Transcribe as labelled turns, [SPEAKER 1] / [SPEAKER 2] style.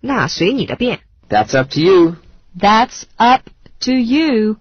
[SPEAKER 1] 那随你的便。
[SPEAKER 2] That's up to you.
[SPEAKER 3] That's up to you.